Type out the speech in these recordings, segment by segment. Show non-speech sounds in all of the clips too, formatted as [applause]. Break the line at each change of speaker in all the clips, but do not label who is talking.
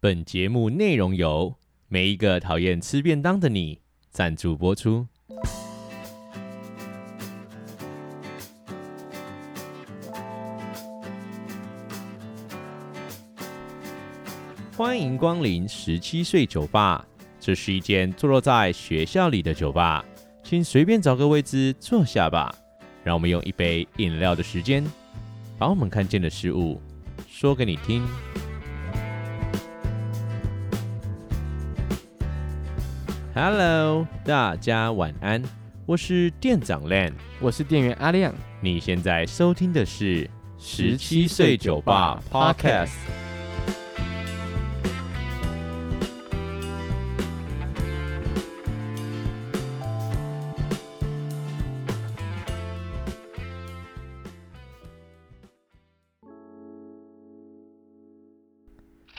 本节目内容由每一个讨厌吃便当的你赞助播出。欢迎光临十七岁酒吧，这是一间坐落在学校里的酒吧，请随便找个位置坐下吧。让我们用一杯饮料的时间，把我们看见的事物说给你听。Hello，大家晚安，我是店长 Lan，
我是店员阿亮。
你现在收听的是《十七岁酒吧 Podcast》。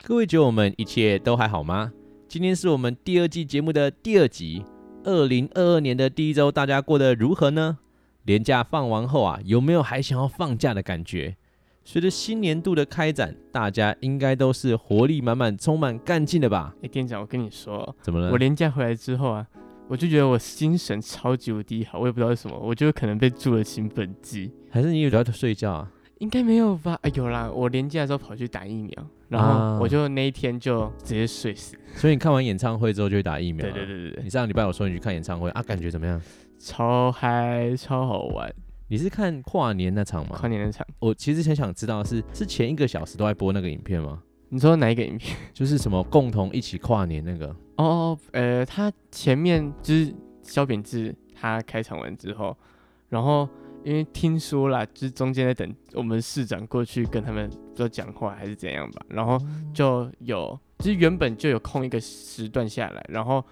各位酒友们，一切都还好吗？今天是我们第二季节目的第二集。二零二二年的第一周，大家过得如何呢？年假放完后啊，有没有还想要放假的感觉？随着新年度的开展，大家应该都是活力满满、充满干劲的吧？
哎、店长，我跟你说，
怎么了
我？连假回来之后啊，我就觉得我精神超级无敌好，我也不知道为什么，我就可能被注了兴奋剂，
还是你有在睡觉啊？
应该没有吧？哎、有啦，我连假的时候跑去打疫苗，然
啊
后我就那一天就直接睡死。
所以你看完演唱会之后就会打疫苗、啊
对对。对对对，
你上礼拜我说你去看演唱会啊，感觉怎么样？
超嗨，超好玩，
你是看跨年那场吗
跨？年那场。
我其实很想知道的是，是前一个小时都在播那个影片吗？
你说哪一个影片？
就是什么共同一起跨年那个，
哦哦，呃，他前面就是萧秉治他开场完之后，然后因为听说啦，就是中间在等我们市长过去跟他们都讲话还是怎样吧，然后就有就是原本就有空一个时段下来，然后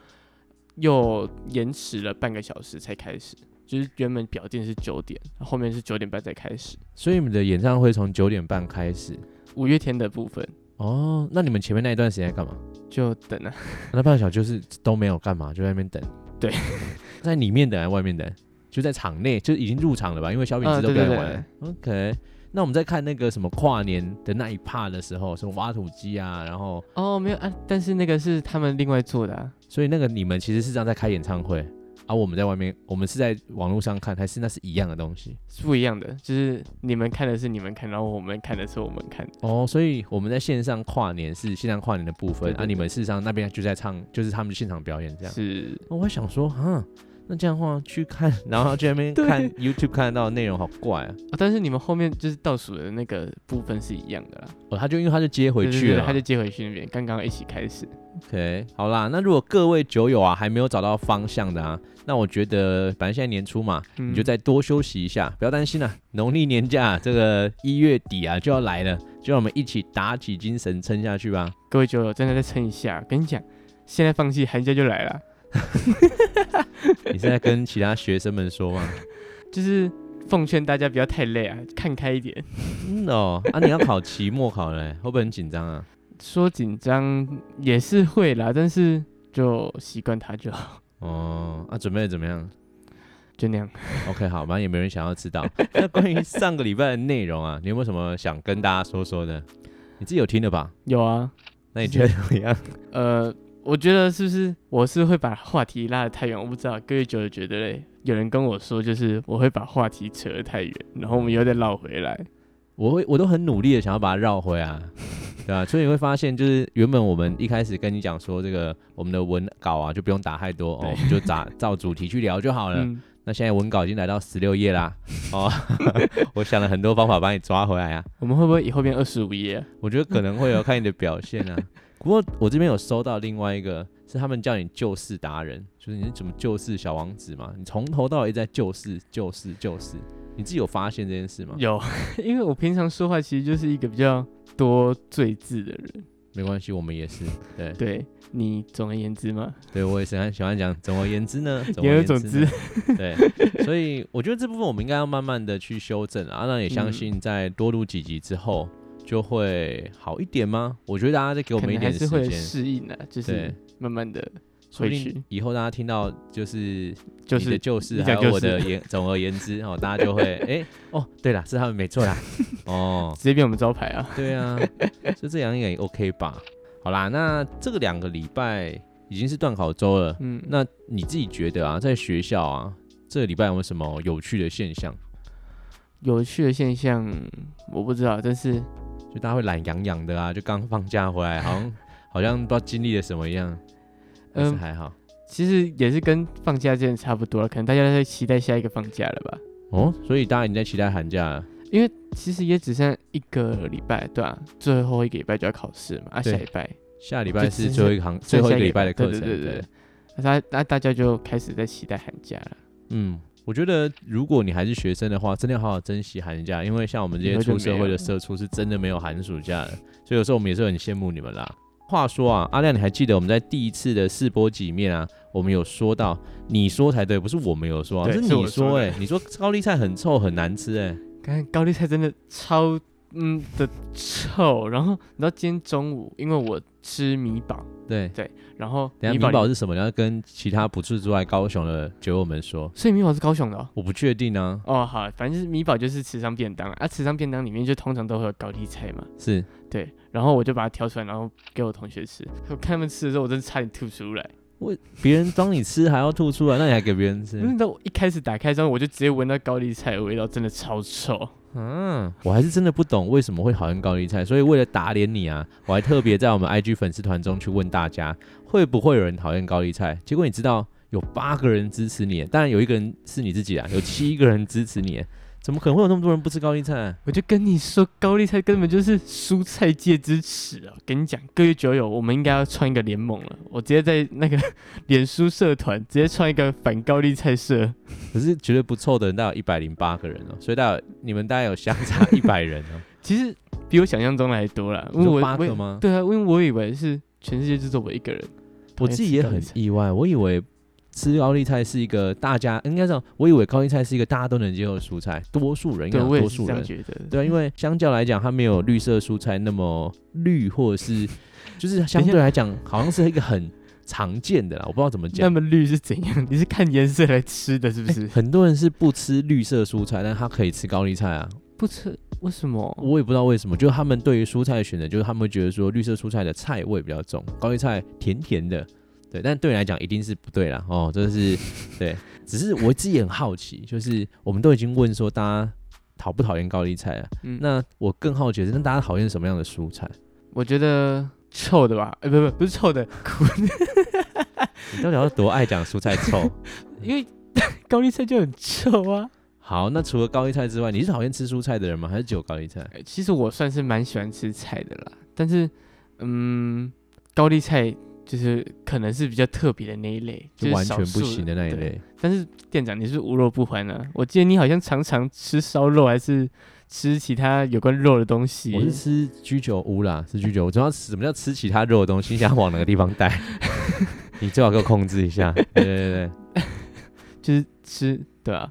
又延迟了半个小时才开始，就是原本表定是九点，后面是九点半才开始。
所以你们的演唱会从九点半开始
五月天的部分
哦。那你们前面那一段时间在干嘛？
就等啊，
那半个小时就是都没有干嘛，就在那边等。
对，
[laughs] 在里面等还是外面等？就在场内，就已经入场了吧？因为小饼
啊
子都
对
表
对
演完了。OK，那我们在看那个什么跨年的那一 part 的时候，什么挖土机啊，然后
哦没有啊，但是那个是他们另外做的、啊，
所以那个你们其实是这样在开演唱会，而、我们在外面，我们是在网络上看，还是那是一样的东西？
是不一样的，就是你们看的是你们看，然后我们看的是我们看。
哦，所以我们在线上跨年是线上跨年的部分，
对对
啊，你们事实上那边就在唱，就是他们现场表演这样。
是，
哦我还想说，哈，那这样的话去看，然后去那边
对
看 YouTube 看得到的内容，好怪啊！
哦但是你们后面就是倒数的那个部分是一样的啦，
哦，他就因为他就接回
对对
去
对
了嘛，
他就接回去那边，刚刚一起开始。
OK，好啦，那如果各位酒友啊还没有找到方向的啊，那我觉得反正现在年初嘛，
嗯
你就再多休息一下，不要担心啦、农历年假这个一月底啊就要来了，就让我们一起打起精神撑下去吧。
各位酒友真的再撑一下，跟你讲，现在放弃寒假就来了，
你是在跟其他学生们说吗？
就是奉劝大家不要太累啊，看开一点。
[laughs] 嗯哦，啊，你要考期末考嘞，会不会很紧张啊？
说紧张也是会啦，但是就习惯它就好，
哦，啊，准备的怎么样
就那样。
？OK，好，反正也没人想要知道。 [laughs] 那关于上个礼拜的内容啊，你有没有什么想跟大家说说的？你自己有听的吧？
有啊，
那你觉得怎么样？
呃，我觉得是不是我是会把话题拉得太远？我不知道各位酒友觉得嘞，有人跟我说就是我会把话题扯得太远，然后我们又再绕回来。
[laughs] 我会，我都很努力的想要把它绕回啊，对啊，所以你会发现，就是原本我们一开始跟你讲说，这个我们的文稿啊，就不用打太多哦，
对
我们就打照主题去聊就好了。
嗯，
那现在文稿已经来到十六页啦，哦， [laughs] 我想了很多方法把你抓回来啊。
我们会不会以后变二十五页啊？
我觉得可能会有看你的表现
[laughs]
啊。不过我这边有收到另外一个，是他们叫你救世达人，就是你是怎么救世小王子嘛？你从头到尾在救世、救世、救世，你自己有发现这件事吗？
有， [laughs] 因为我平常说话其实就是一个比较多罪字的人。
没关系，我们也是。对，
对你，总而言之嘛，
对我也是很喜欢讲。总而言之呢，总
言
而
而
言
总
之呢， [laughs] 对。所以我觉得这部分我们应该要慢慢的去修正啊。那也相
嗯
信在多录几集之后就会好一点吗？我觉得大家再给我
可
们一
能还
点
是
时
会
间。
适应的、啊就是
对
慢慢的，
说不
回
定
去
以后大家听到就是
就
你的
是
就是
你
还
讲
有
就
我
是
的言，总而言之哦，大家就会哎、诶哦，对啦，是
[laughs]
他们没错啦，哦，
直接变我们招牌啊。
对啊，就这样应该也 OK 吧。好啦，那这个两个礼拜已经是断考周了，
嗯，
那你自己觉得啊，在学校啊，这个礼拜有没有什么有趣的现象？
有趣的现象我不知道，但是
就大家会懒洋洋的啊，就刚放假回来，好
[laughs]
像好像不知道经历了什么一样，但是
嗯
还好。
其实也是跟放假之前差不多了，可能大家都在期待下一个放假了吧？
哦，所以大家已经在期待寒假了。
因为其实也只剩一个礼拜，对啊，最后一个礼拜就要考试嘛，啊，
对
下礼拜
下礼拜
就是只
最后一行，
剩
最后一
下
个礼拜的课程。
对对对对，那大那大家就开始在期待寒假了，
嗯，我觉得如果你还是学生的话，真的要好好珍惜寒假，因为像我们这
以
些
后就
出社
没
会
有
的社畜是真的没有寒暑假的，所以有时候我们也是很羡慕你们啦。话说啊，阿亮，你还记得我们在第一次的试播集里面啊，我们有说到，你说才对，不是我们有说、啊，
对
是
是
你
我说
哎、
的
你说高丽菜很臭很难吃哎、
看高丽菜真的超嗯的臭，然后你知道今天中午因为我吃米堡，
对，
然后
等一
米
下
堡
米
里
堡是什么？你要跟其他不是住在高雄的酒友们说，
所以米堡是高雄的哦。
我不确定啊，
哦，好，反正就是米堡就是池上便当啊，啊池上便当里面就通常都会有高丽菜嘛，
是
对，然后我就把它挑出来，然后给我同学吃。我看他们吃的时候，我真的差点吐出来。
别人帮你吃还要吐出来，那你还给别人吃？
那到我一开始打开之后，我就直接闻到高丽菜的味道，真的超臭。
嗯，我还是真的不懂为什么会讨厌高丽菜，所以为了打脸你啊，我还特别在我们 IG 粉丝团中去问大家，会不会有人讨厌高丽菜？结果你知道有八个人支持你，当然有一个人是你自己啊，有七个人支持你，怎么可能会有那么多人不吃高丽菜？
我就跟你说，高丽菜根本就是蔬菜界之耻啊！跟你讲，各位酒友，我们应该要创一个联盟了。我直接在那个 [laughs] 脸书社团直接创一个反高丽菜社。
可是觉得不错的人大概有一百零八个人哦，所以大概你们大概有相差一百人哦，
其实比我想象中的还多啦，因
你
为
说
我
八
我
个
也
吗？
对啊，因为我以为是全世界只有我一个人。
我自己也很意外，我以为吃高丽菜是一个大家应该这样，我以为高丽菜是一个大家都能接受的蔬菜，多数人应该
对，
有
我也
多
是
数
这样
人。
觉得的。
对啊，因为相较来讲，它没有绿色蔬菜那么绿，或者是就是相
等一下
对来讲，好像是一个很常见的啦。我不知道怎么
那
讲，
么绿是怎样？你是看颜色来吃的，是不是？
很多人是不吃绿色蔬菜，但他可以吃高丽菜啊。
不吃为什么？
我也不知道为什么，就是他们对于蔬菜的选择，就是他们会觉得说绿色蔬菜的菜味比较重，高丽菜甜甜的。对，但对你来讲一定是不对啦。哦，这是对，只是我自己也很好奇，就是我们都已经问说大家讨不讨厌高丽菜了，
嗯
那我更好奇的是，那大家讨厌什么样的蔬菜？
我觉得臭的吧，哎、不不不是臭的，苦的，
你到底要多爱讲蔬菜臭？ [laughs]
因为 [laughs] 高丽菜就很臭啊。
好，那除了高丽菜之外，你是讨厌吃蔬菜的人吗？还是只有高丽菜？
呃其实我算是蛮喜欢吃菜的啦，但是嗯，高丽菜就是可能是比较特别的那一类，
就是完全
少数
不行的那一。
对
类。
但是店长你是不是无肉不欢啊，我记得你好像常常吃烧肉还是吃其他有关肉的东西
我。是吃居酒屋啦，吃居酒屋。主要什么叫吃其他肉的东西？你想往哪个地方带？ [laughs] 你最好给我控制一下。对对对对，
就是吃对啊，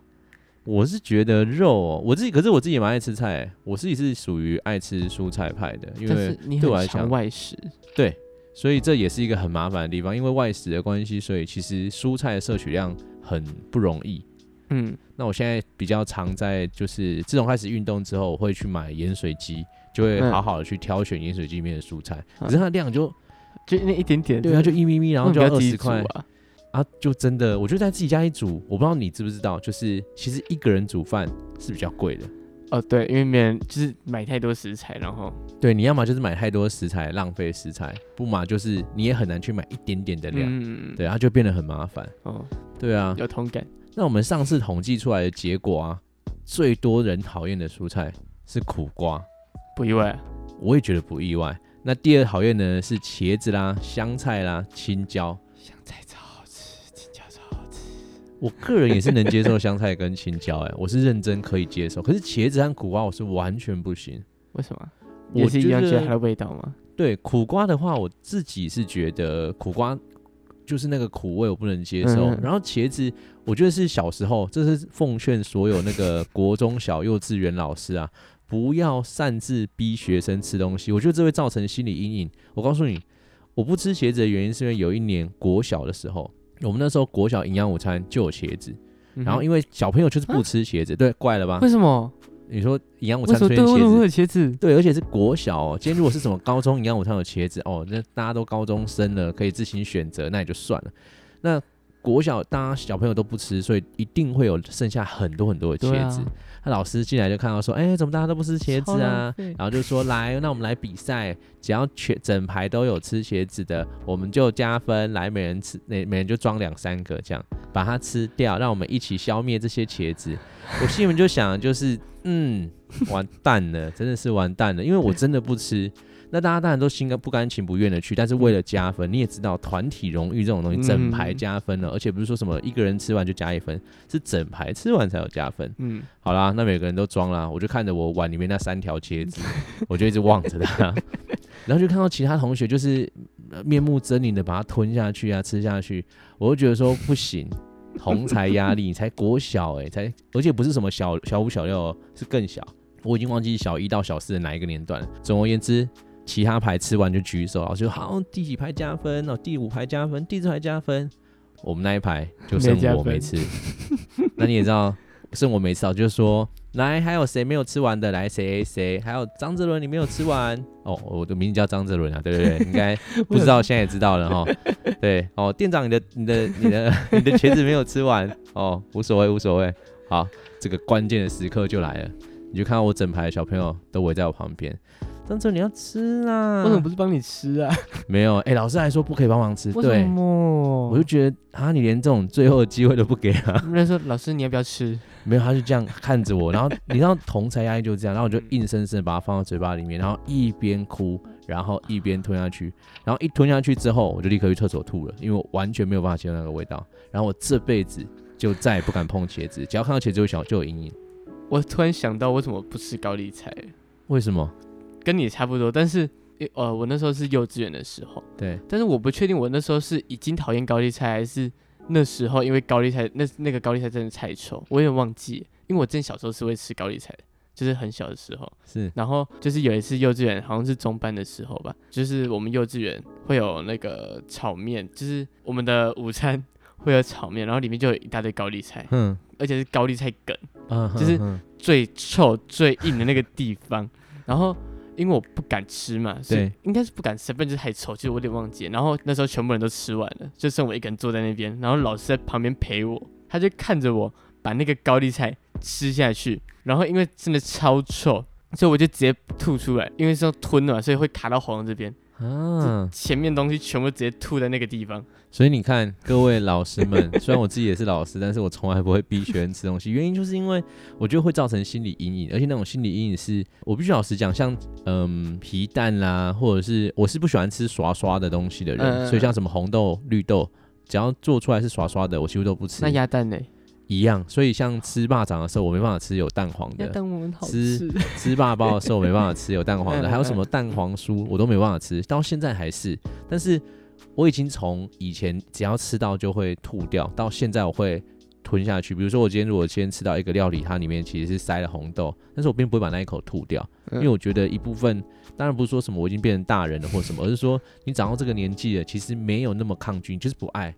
我是觉得肉、哦，我自己可是我自己也蛮爱吃菜、欸，我自己是属于爱吃蔬菜派的，因
但
为
是你
对我来
很
讲
常外食，
对，所以这也是一个很麻烦的地方，因为外食的关系，所以其实蔬菜的摄取量很不容易。
嗯，
那我现在比较常在就是自从开始运动之后，我会去买盐水鸡，就会
嗯
好好的去挑选盐水鸡里面的蔬菜。
啊
可是它的量就
就那一点点，
对啊，就一咪咪，然后
那
就
不
要
要
二
自己
十
煮
块
啊。
啊，就真的，我就在自己家里煮。我不知道你知不知道，就是其实一个人煮饭是比较贵的。
哦，对，因为没人就是买太多食材，然后
对，你要么就是买太多食材浪费食材，不嘛就是你也很难去买一点点的量，
嗯，
对，它啊就变得很麻烦。
哦，
对啊，
有同感。
那我们上次统计出来的结果啊，最多人讨厌的蔬菜是苦瓜。
不意外啊，
我也觉得不意外。那第二讨厌呢是茄子啦、香菜啦、青椒。
香菜超好吃，青椒超好吃。
我个人也是能接受香菜跟青椒、哎，我是认真可以接受。可是茄子和苦瓜我是完全不行。
为什么？
我
也是一样
觉
觉
得
得它的味道吗？
对苦瓜的话，我自己是觉得苦瓜就是那个苦味我不能接受。
嗯嗯
然后茄子，我觉得是小时候，这是奉劝所有那
[laughs]
个国中小、幼稚园老师啊，不要擅自逼学生吃东西，我觉得这会造成心理阴影。我告诉你，我不吃茄子的原因是因为有一年国小的时候，我们那时候国小营养午餐就有茄子，然后
因
因为小朋友就是不吃茄子，对，怪了吧？
嗯啊为什么？
你说营养午
为
餐
什
出现
么对？为什么
茄
会有
子，
茄子？
对，而且是国小哦。今天如果是什么高中营养午餐有茄子哦，那大家都高中生了，可以自行选择，那也就算了。那国小大家小朋友都不吃，所以一定会有剩下很多很多的
对
茄
啊
子。那老师进来就看到说，哎、怎么大家都不吃茄
超
子啊
浪？费
然后就说来，那我们来比赛，只要全整排都有吃茄子的，我们就加分，来每人吃，每每人就装两三个，这样把它吃掉，让我们一起消灭这些茄子。我心里面就想，就是嗯，完蛋了，真的是完蛋了，因为我真的不吃。那大家当然都心甘不甘情不愿的去，但是为了加分，你也知道团体荣誉这种东西，整排
嗯
加分了，而且不是说什么一个人吃完就加一分，是整排吃完才有加分。
嗯，
好啦，那每个人都装啦，我就看着我碗里面那三条茄子，我就一直望着它， [laughs] 然后就看到其他同学就是呃面目狰狞的把它吞下去啊，吃下去，我就觉得说不行， [laughs] 同才压力，才国小哎、才而且不是什么小小五小六哦，是更小，我已经忘记小一到小四的哪一个年段了。总而言之。其他牌吃完就举手，老师就好，第几排加分哦？第五排加分，第四排加分。我们那一排就剩
没加
我没
分
吃。 [laughs] 那你也知道，剩我没吃到，就是说来，还有谁没有吃完的？来，谁谁？还有张哲伦，你没有吃完哦。我的名字叫张哲伦啊，对对对，应该不知道，现在也知道了哈。对哦，店长，你的你的你的 [laughs] 你的茄子没有吃完哦，无所谓无所谓。好，这个关键的时刻就来了，你就看到我整排的小朋友都围在我旁边。张哲，伦你要吃啊？
为什么不是帮你吃啊？
没有？哎、老师还说不可以帮忙吃，
为什
对。
么？
我就觉得啊，你连这种最后的机会都不给啊！
人家说老师你要不要吃？
没有，他就这样看着我，然后你知道同才压力就是这样，然后我
嗯
就硬生生地把它放到嘴巴里面，然后一边哭，然后一边吞下去，然后一吞下去之后，我就立刻去厕所吐了，因为我完全没有办法接受那个味道，然后我这辈子就再也不敢碰茄子，只要看到茄子我想就有阴影。
我突然想到为什么不吃高丽菜，
为什么？
跟你差不多，但是诶呃我那时候是幼稚园的时候，
对，
但是我不确定我那时候是已经讨厌高丽菜，还是那时候因为高丽菜那那个高丽菜真的太臭，我有点忘记，因为我真的小时候是会吃高丽菜的，就是很小的时候。
是
然后就是有一次幼稚园好像是中班的时候吧，就是我们幼稚园会有那个炒面，就是我们的午餐会有炒面，然后里面就有一大堆高丽菜， [laughs]
嗯
而且是高丽菜梗
啊，
就是
嗯
最臭最硬的那个地方，然后。因为我不敢吃嘛，所以
对
应该是不敢吃，不然就是太臭，其实我有点忘记了。然后那时候全部人都吃完了，就剩我一个人坐在那边，然后老师在旁边陪我，他就看着我把那个高丽菜吃下去，然后因为真的超臭，所以我就直接吐出来，因为是要吞的嘛，所以会卡到喉咙这边，
啊，
前面东西全部直接吐在那个地方。
所以你看，各位老师们， [laughs] 虽然我自己也是老师，但是我从来不会逼学生吃东西，原因就是因为我觉得会造成心理阴影，而且那种心理阴影是我必须老实讲，像嗯皮蛋啦，或者是我是不喜欢吃刷刷的东西的人，
嗯嗯嗯
所以像什么红豆、绿豆，只要做出来是刷刷的，我几乎都不吃
那。鸭蛋呢？
一样，所以像吃霸掌的时候，我没办法吃有蛋黄
鸭
的；
蛋我很好
吃
吃，
吃霸包的时候，我没办法吃有蛋黄的；
[laughs] 嗯嗯
还有什么蛋黄酥，我都没办法吃，到现在还是。但是我已经从以前只要吃到就会吐掉，到现在我会吞下去。比如说，我今天如果今天吃到一个料理，它里面其实是塞了红豆，但是我并不会把那一口吐掉，因
嗯
为我觉得一部分，当然不是说什么我已经变成大人了或什么，而是说你长到这个年纪了，其实没有那么抗拒，你就是不爱。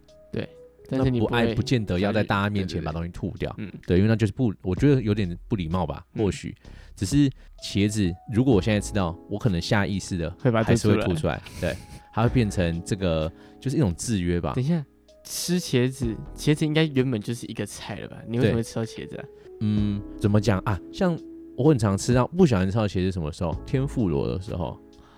但是你
那不爱
会
不见得要在
抗拒
大家面
对对
前把
对
东西吐掉，
嗯
对，因为那就是不，我觉得有点不礼貌吧，
嗯
或许、只是茄子，如果我现在吃到，我可能下意识的
会把它
还是会
吐出来
吐。出
[laughs]
来，对，它会变成这个就是一种制约吧
等，一下，吃茄子，茄子应该原本就是一个菜了吧？你为什么会吃到茄子啊？
嗯，怎么讲啊？像我很常吃到不喜欢吃到茄子是什么时候？天妇罗的时候，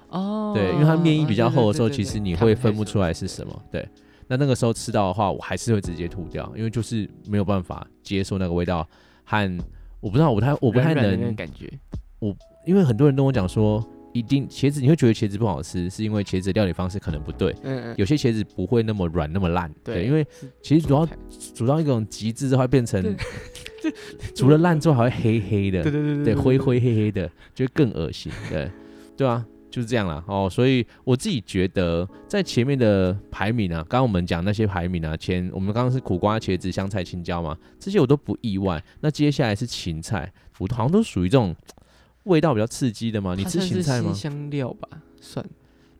哦
对，因为它面衣比较厚的时候，其实你会分不出
来。
来是什么。对，那那个时候吃到的话，我还是会直接吐掉，因为就是没有办法接受那个味道和我不知道，我不太我
我
不太能，
那种感觉，
因为很多人跟我讲说，一定茄子你会觉得茄子不好吃，是因为茄子料理方式可能不对。
嗯嗯，
有些茄子不会那么软那么烂，
对
因为其实主要
对
煮到一种极致之后，它变成
对 [laughs]
除了烂之外还会黑黑的，
对对对
对，灰灰黑黑的，就会更恶心。对，对啊，就是这样啦。哦，所以我自己觉得，在前面的排名啊，刚刚我们讲那些排名啊，前我们刚刚是苦瓜、茄子、香菜、青椒嘛，这些我都不意外。那接下来是芹菜，我好像都属于这种味道比较刺激的嘛。你
它
吃
算
芹
是
菜吗
新？香料吧，算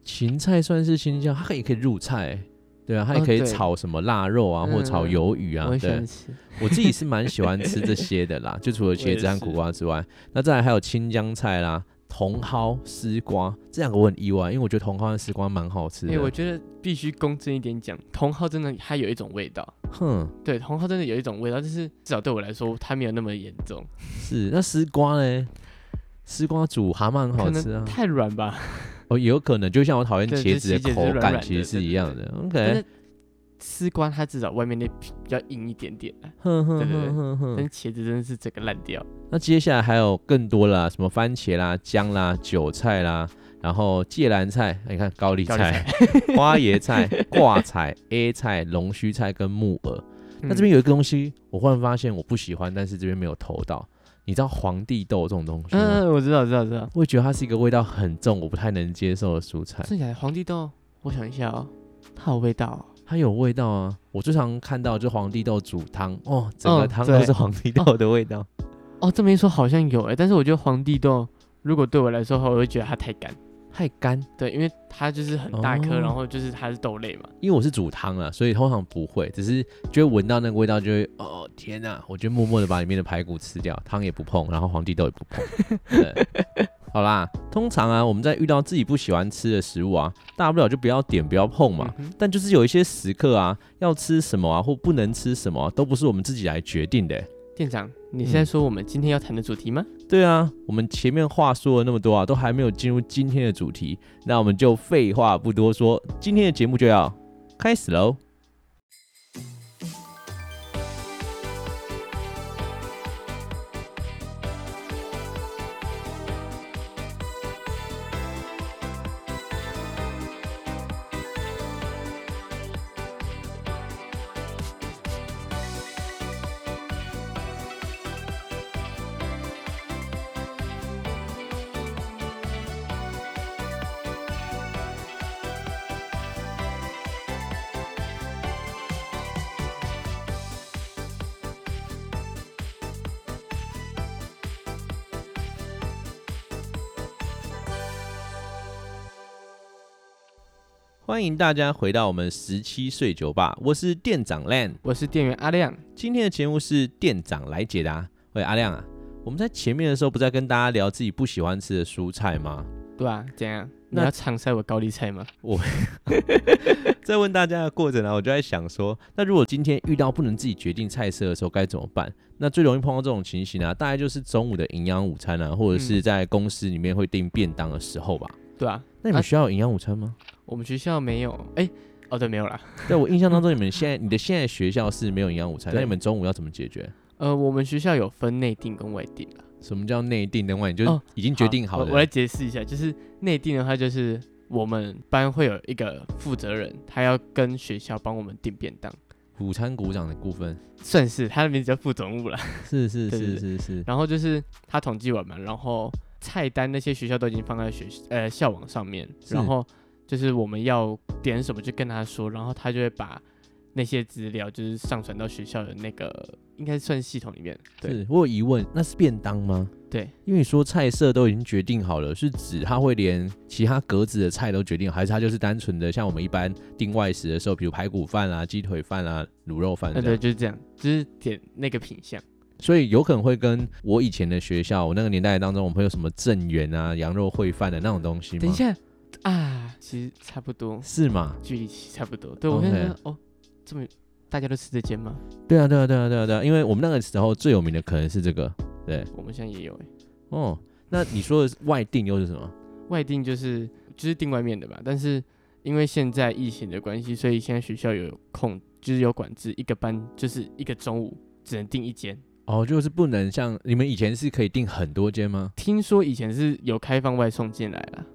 芹菜算是新香，它可以可以入菜欸、对啊，它也
哦
可以
对
炒什么腊肉啊，或者炒
嗯
鱿鱼啊，
我很喜
对
欢，吃。
我自己是蛮喜欢吃这些的
[laughs]
啦，就除了茄子和苦瓜之外，那再来还有青江菜啦、茼蒿、丝瓜，这两个我很意外，因为我觉得茼蒿和丝瓜蛮好吃
哎、
的。
我觉得必须公正一点讲，茼蒿真的它有一种味道，
哼，
对，茼蒿真的有一种味道，但是至少对我来说，它没有那么严重，
是那丝瓜嘞？丝瓜煮蛤蟆很好
可
吃啊
能，太软吧。
哦，也有可能，就像我讨厌
对
茄
就
子
其实
的
也是
口
软
感，
软
其实
的
是
对
一
对
样的。
但
OK，
是丝瓜它至少外面那皮比较硬一点点啊，
哼哼
对对对
哼哼哼
但。茄子真的是整个烂掉。
那接下来还有更多啦，什么番茄啦、姜啦、韭菜啦，然后芥蓝菜，哎你看高丽
高丽
菜、 [laughs] 花椰菜、挂菜、A 菜、龙须菜跟木耳。
嗯
那这边有一个东西，我忽然发现我不喜欢，但是这边没有投到。你知道皇帝豆这种东西吗？
嗯，嗯，我知道，知道，知道。
我也觉得它是一个味道很重，我不太能接受的蔬菜。
剩下的皇帝豆，我想一下哦，它有味道、哦。
它有味道啊！我最常看到就是皇帝豆煮汤，哦，整个
嗯
汤
对
都是皇帝豆的味道。
哦，这么一说好像有哎、但是我觉得皇帝豆如果对我来说的话，我会觉得它太干。
太干，
对，因为它就是很大颗，
哦
然后就是它是豆类嘛。
因为我是煮汤啊，所以通常不会，只是就会闻到那个味道，就会哦天哪、我就默默的把里面的排骨吃掉，汤也不碰，然后皇帝豆也不碰。对，好啦，通常啊，我们在遇到自己不喜欢吃的食物啊，大不了就不要点，不要碰嘛。
嗯哼
但就是有一些时刻啊，要吃什么啊，或不能吃什么啊、都不是我们自己来决定的欸、
店长，你是在说我们今天要谈的主题吗？
对啊，我们前面话说了那么多啊，都还没有进入今天的主题，那我们就废话不多说，今天的节目就要开始喽。欢迎大家回到我们十七岁酒吧，我是店长 Lan。
我是店员阿亮。
今天的节目是店长来解答。喂，阿亮啊，我们在前面的时候不是在跟大家聊自己不喜欢吃的蔬菜吗？ [laughs]
对啊，怎样？你
那
要尝晒我高丽菜吗？
在问大家的过程呢、我就在想说，那如果今天遇到不能自己决定菜色的时候该怎么办？那最容易碰到这种情形啊，大概就是中午的营养午餐啊，或者是
嗯
在公司里面会订便当的时候吧。
对啊，
那你们
啊
学校有营养午餐
[laughs]
吗？
我们学校没有。哎、哦对，没有啦。
在我印象当中，你们现在你的现在学校是没有营养午餐，那
对
你们中午要怎么解决？
呃，我们学校有分内定跟外定啊。
什么叫内定跟外定？就是
哦
已经决定好
我
的。
我来解释一下，就是内定的话，就是我们班会有一个负责人，他要跟学校帮我们订便当，
午餐鼓掌的部分，
算是他的名字叫副总务啦。
[laughs]
[laughs]
是是
对
是
对
是是，
然后就是他统计完嘛，然后菜单那些学校都已经放在学呃校网上面，
是
然后就是我们要点什么就跟他说，然后他就会把那些资料就是上传到学校的那个应该算系统里面。对，
是我有疑问，那是便当吗？
对，
因为你说菜色都已经决定好了，是指它会连其他格子的菜都决定好，还是它就是单纯的像我们一般订外食的时候，比如排骨饭啊、鸡腿饭啊、卤肉饭
呃
这
对，
样？
就是这样，就是点那个品相。
所以有可能会跟我以前的学校，我那个年代当中，我们会有什么正源啊、羊肉烩饭的那种东西吗？
等一，下啊，其实差不多，
是吗？
距离其实差不多。对我跟你
OK
说，哦，这么大家都吃这间吗？
对啊，对啊，对啊，对啊，对啊，因为我们那个时候最有名的可能是这个，对，
我们现在也有哎、
哦，那你说的外订又是什么？
外订就是就是订外面的吧，但是因为现在疫情的关系，所以现在学校有控，就是有管制，一个班就是一个中午只能订一间。
哦，就是不能像你们以前是可以订很多间吗？
听说以前是有开放外送进来了，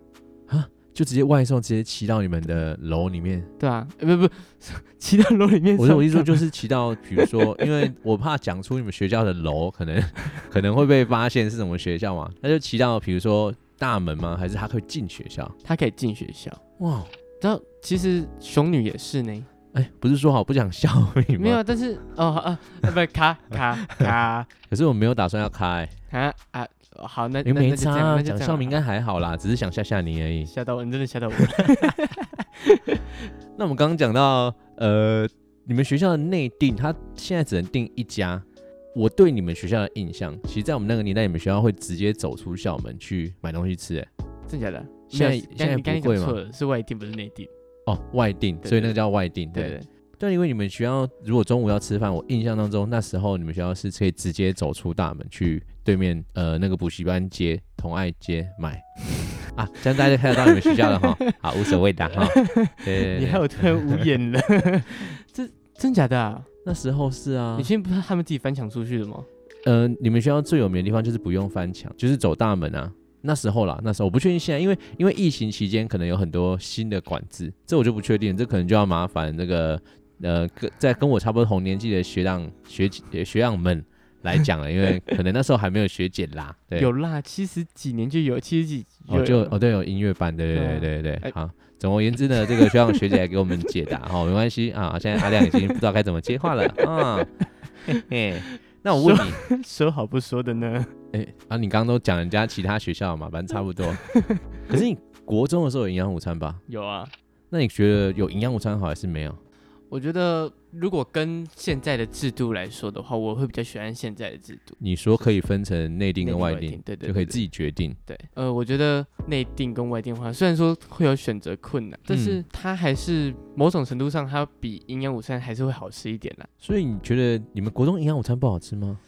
就直接外送，直接骑到你们的楼里面。
对啊，呃、不不， [laughs] 骑到楼里面
我
上
说
班。
我意思说就是骑到，比如 [laughs] 说，因为我怕讲出你们学校的楼，可能 [laughs] 可能会被发现是什么学校嘛，那就骑到比如说大门吗？还是他可以进学校？
他可以进学校。
哇，
然后其实熊女也是呢，
哎，不是说好不讲校名吗？
没有，啊，但是哦好啊，啊不咔咔
[laughs]
咔
可是我没有打算要开，
啊啊，好那
因为
那
没
那就
差
这样，
啊，
那就
讲
这样
校名应
啊
该还好啦，只是想吓吓你而已。
吓到我，你真的吓到我。
那我们刚刚讲到，呃，你们学校的内定，它现在只能定一家。我对你们学校的印象，其实，在我们那个年代，你们学校会直接走出校门去买东西吃、哎，
[laughs] 真假的？
现在
没有
现在
刚刚
不
你
贵
讲
吗
错了，是外地不是内地。
哦，外定，
对
所以那
对
个叫外定。
对
对
对，
对，因为你们学校如果中午要吃饭，我印象当中那时候你们学校是可以直接走出大门去对面呃那个补习班街、同爱街买 [laughs] 啊，这样大家就看得到你们学校了哈。
[laughs]
好，无所谓的哈。对对对
你害我突然 [laughs] 无言了。这真假的啊？
那时候是啊，
你现在不是他们自己翻墙出去的吗？
呃，你们学校最有名的地方就是不用翻墙，就是走大门啊。那时候啦，那时候我不确定现在，因为因为疫情期间可能有很多新的管制，这我就不确定，这可能就要麻烦那个呃跟在跟我差不多同年纪的学长学姐呃学长们来讲了，因为可能那时候还没有学姐啦。对，
有啦，七十几年就有，七十几
哦
有
就哦对，有音乐班，对对
对啊
对对对，
哎
好。总而言之呢，这个学长学姐来给我们解答 [laughs] 哦，没关系啊，现在阿亮已经不知道该怎么接话了
[laughs]
啊。嘿嘿，那我问你，
[laughs] 说好不说的呢。
哎、啊，你刚刚都讲人家其他学校嘛，反正差不
[laughs]
多。可是你国中的时候有营养午餐吧？
[laughs] 有啊，
那你觉得有营养午餐好还是没有？
我觉得如果跟现在的制度来说的话，我会比较喜欢现在的制度。
你说可以分成内定跟外定，
内定外定对对
就可以
对
自己决定。
对，呃，我觉得内定跟外定化虽然说会有选择困难，但是它还是某种程度上，它比营养午餐还是会好吃一点啦。
所以你觉得你们国中营养午餐不好吃吗？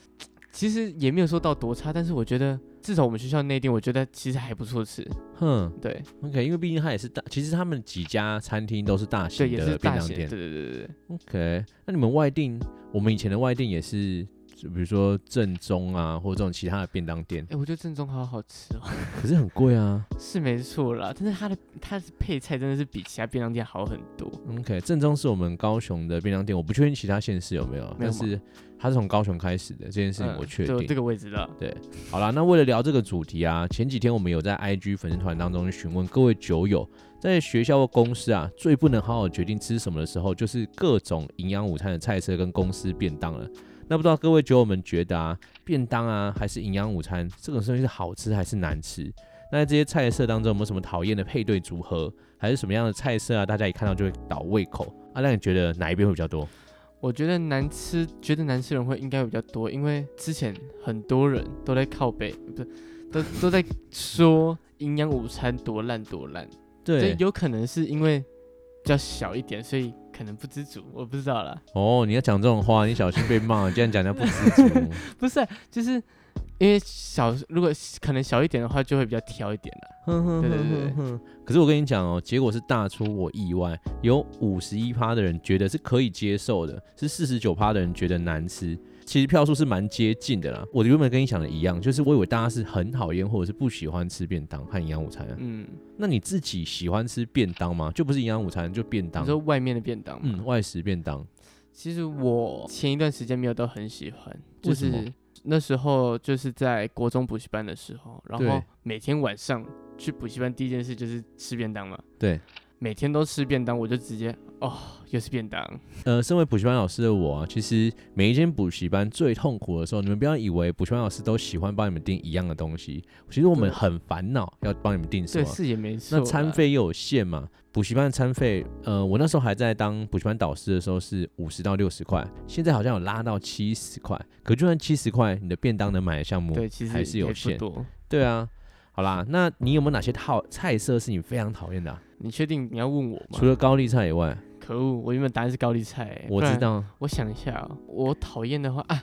其实也没有说到多差，但是我觉得至少我们学校内定，我觉得其实还不错吃。
哼
对，
，OK，因为毕竟它也是大，其实他们几家餐厅都是大
对，
型
也
的
是
便
大
当
型。对
店。
对对对对，
OK，那你们外定，我们以前的外定也是，就比如说正宗啊，或者这种其他的便当店，
哎，我觉得正宗好好吃哦，
可是很贵啊。
是没错啦，但是它的它的配菜真的是比其他便当店好很多。
OK，正宗是我们高雄的便当店，我不确定其他县市有没有，啊
没有
但
吗
是它是从高雄开始的这件事情我确定。
嗯这这个我也知道。
好啦，那为了聊这个主题啊，前几天我们有在 IG 粉丝团当中询问各位酒友，在学校或公司啊，最不能好好决定吃什么的时候，就是各种营养午餐的菜色跟公司便当了。那不知道各位酒友们觉得啊，便当啊还是营养午餐，这种东西是好吃还是难吃？那在这些菜色当中，有没有什么讨厌的配对组合，还是什么样的菜色啊？大家一看到就会倒胃口啊？那你觉得哪一边会比较多？
我觉得难吃，觉得难吃的人会应该会比较多，因为之前很多人都在靠背，不是，都都在说营养午餐多烂多烂，所以
对，
有可能是因为比较小一点，所以可能不知足，我不知道啦。
哦，你要讲这种话，你小心被骂。你这样讲人家不知足。
不是啊、就是因为小，如果可能小一点的话，就会比较挑一点啦。
哼哼嗯
对对
哼
对对
哼哼可是我跟你讲哦，结果是大出我意外，有五十一趴的人觉得是可以接受的，是四十九趴的人觉得难吃。其实票数是蛮接近的啦。我原本跟你想的一样，就是我以为大家是很讨厌或者是不喜欢吃便当和营养午餐啊、
嗯，
那你自己喜欢吃便当吗？就不是营养午餐，就便当
你。说外面的便当吗，
嗯，外食便当。
其实我前一段时间没有到很喜欢，就
为什
是
么
那时候就是在国中补习班的时候，然后
对
每天晚上去补习班第一件事就是吃便当嘛，
对，
每天都吃便当，我就直接哦，又是便当，
呃，身为补习班老师的我啊，其实每一间补习班最痛苦的时候，你们不要以为补习班老师都喜欢帮你们订一样的东西，其实我们
对
很烦恼要帮你们订什
对，
么。
是也没错
那
啦。
餐费又有限嘛？补习班的餐费，呃，我那时候还在当补习班导师的时候是五十到六十块，现在好像有拉到七十块。可就算七十块，你的便当能买的项目
对，其实
还是有
也不
限。
多。
对啊，好啦，那你有没有哪些套菜色是你非常讨厌的啊、
你确定你要问我
除
吗？
了高丽菜以外，
可恶，我原本答案是高丽菜、欸，
我
不然
知道
我想一下、哦，我讨厌的话啊，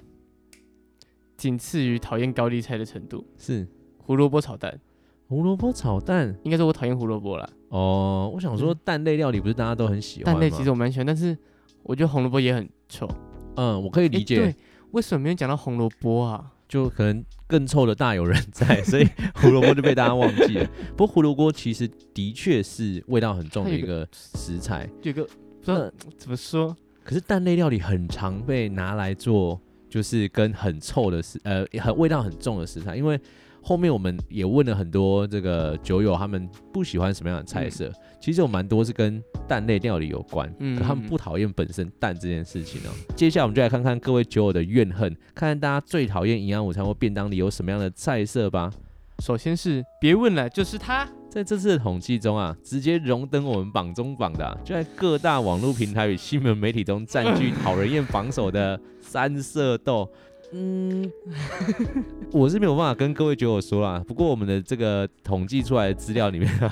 仅次于讨厌高丽菜的程度。
是
胡萝卜炒蛋，
胡萝卜炒蛋。
应该说我讨厌胡萝卜啦。
哦，我想说
嗯
蛋类料理不是大家都很喜欢
蛋
吗？
类其实我蛮喜欢，但是我觉得红萝卜也很臭。
嗯，我可以理
诶
解。
对，为什么没有讲到红萝卜啊？
就可能更臭的大有人在，所以 [laughs] 胡萝卜就被大家忘记了。不过胡萝卜其实的确是味道很重的一个食材，
有一个不知道、
呃
怎么说，
可是蛋类料理很常被拿来做，就是跟很臭的食，呃，很味道很重的食材。因为后面我们也问了很多这个酒友，他们不喜欢什么样的菜色，其实有蛮多是跟蛋类料理有关，
嗯
可他们不讨厌本身蛋这件事情哦。接下来我们就来看看各位酒友的怨恨，看看大家最讨厌营养午餐或便当里有什么样的菜色吧。
首先是别问了，就是它。
在这次的统计中啊，直接荣登我们榜中榜的啊、就在各大网络平台与新闻媒体中占据讨人厌榜首的三色豆。 [laughs] 嗯，我是没有办法跟各位酒友说啦。不过我们的这个统计出来的资料里面、 [laughs] 啊，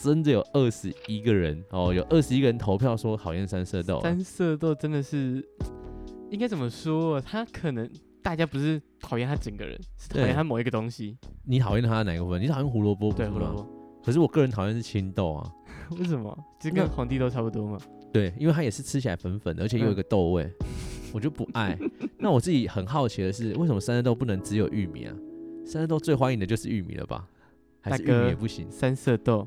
真的有二十一个人哦，有二十一个人投票说讨厌三色豆啊。
三色豆真的是，应该怎么说？他可能大家不是讨厌他整个人，是讨
对
厌他某一个东西。
你讨厌它的哪个部分？你讨厌胡萝卜不
对，
是
胡萝
吗
卜。 [laughs]
可是我个人讨厌是青豆啊。
为什么？就
那
跟皇帝豆差不多嘛。
对，因为它也是吃起来粉粉的，而且又有一个豆味，我就不 [laughs] 爱。那我自己很好奇的是，为什么三色豆不能只有玉米啊？三色豆最欢迎的就是玉米了吧？还是玉
大哥
米也不行？
三色豆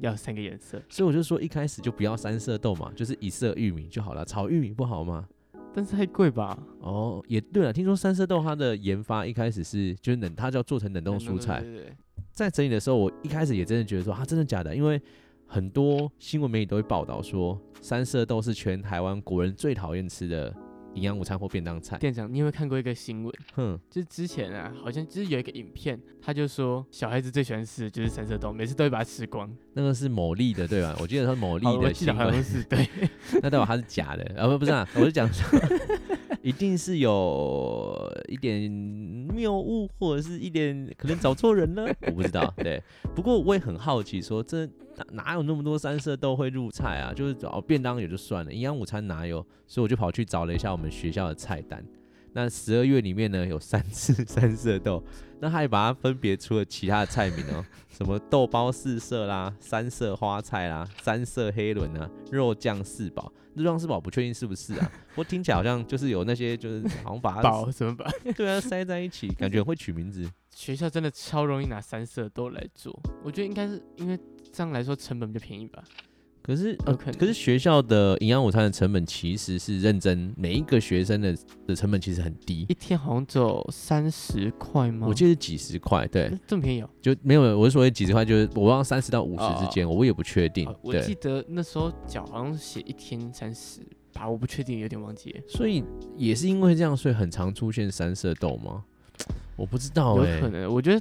要三个颜色，
所以我就说一开始就不要三色豆嘛，就是一色玉米就好了。炒玉米不好吗？
但是太贵吧？
哦，也对了，听说三色豆它的研发一开始是就是冷，它就要做成冷冻蔬菜。
对对对
在整理的时候，我一开始也真的觉得说，啊，真的假的？因为很多新闻媒体都会报道说，三色豆是全台湾国人最讨厌吃的营养午餐或便当菜。
店长，你有没有看过一个新闻？
哼，
就是之前啊，好像就是有一个影片，他就说小孩子最喜欢吃的就是三色豆，每次都会把它吃光。
那个是某利的对吧？我记得它是某利
好哦我
的
记
新
得好
闻，
像是对，
[laughs] 那代表它是假的啊？不，不是啊，我就讲
[laughs]
说，一定是有一点谬误，或者是一点可能找错人了， [laughs] 我不知道。对，不过我也很好奇说这哪哪有那么多三色豆会入菜啊？就是找便当也就算了，营养午餐哪有？所以我就跑去找了一下我们学校的菜单。那十二月里面呢，有三次 [laughs] 三色豆，那他也把它分别出了其他的菜名哦，什么豆包四色啦、三色花菜啦、三色黑轮啊、肉酱四宝。肉酱四宝不确定是不是啊？不过听起来好像就是有那些就是好像把它
[laughs] 宝什么宝？
[laughs] 对啊塞在一
[laughs]
起，感觉很会取名字。
学校真的超容易拿三色豆来做，我觉得应该是因为这样来说成本比较便宜吧。
可是，
有
呃、
可能
可是学校的营养午餐的成本其实是认真，每一个学生的的成本其实很低
一，天好像只有三十块吗？
我记得是几十块，对
得，这么便宜哦。
就没有，我是说几十块，就是我忘三十到五十
哦
之间，我也不确定
哦，我记
嗯对，
得那时候脚好像写一天三十吧，我不确定，有点忘记了，
所以也是因为这样，所以很常出现三色豆吗？我不知道哎、
有可能。我觉得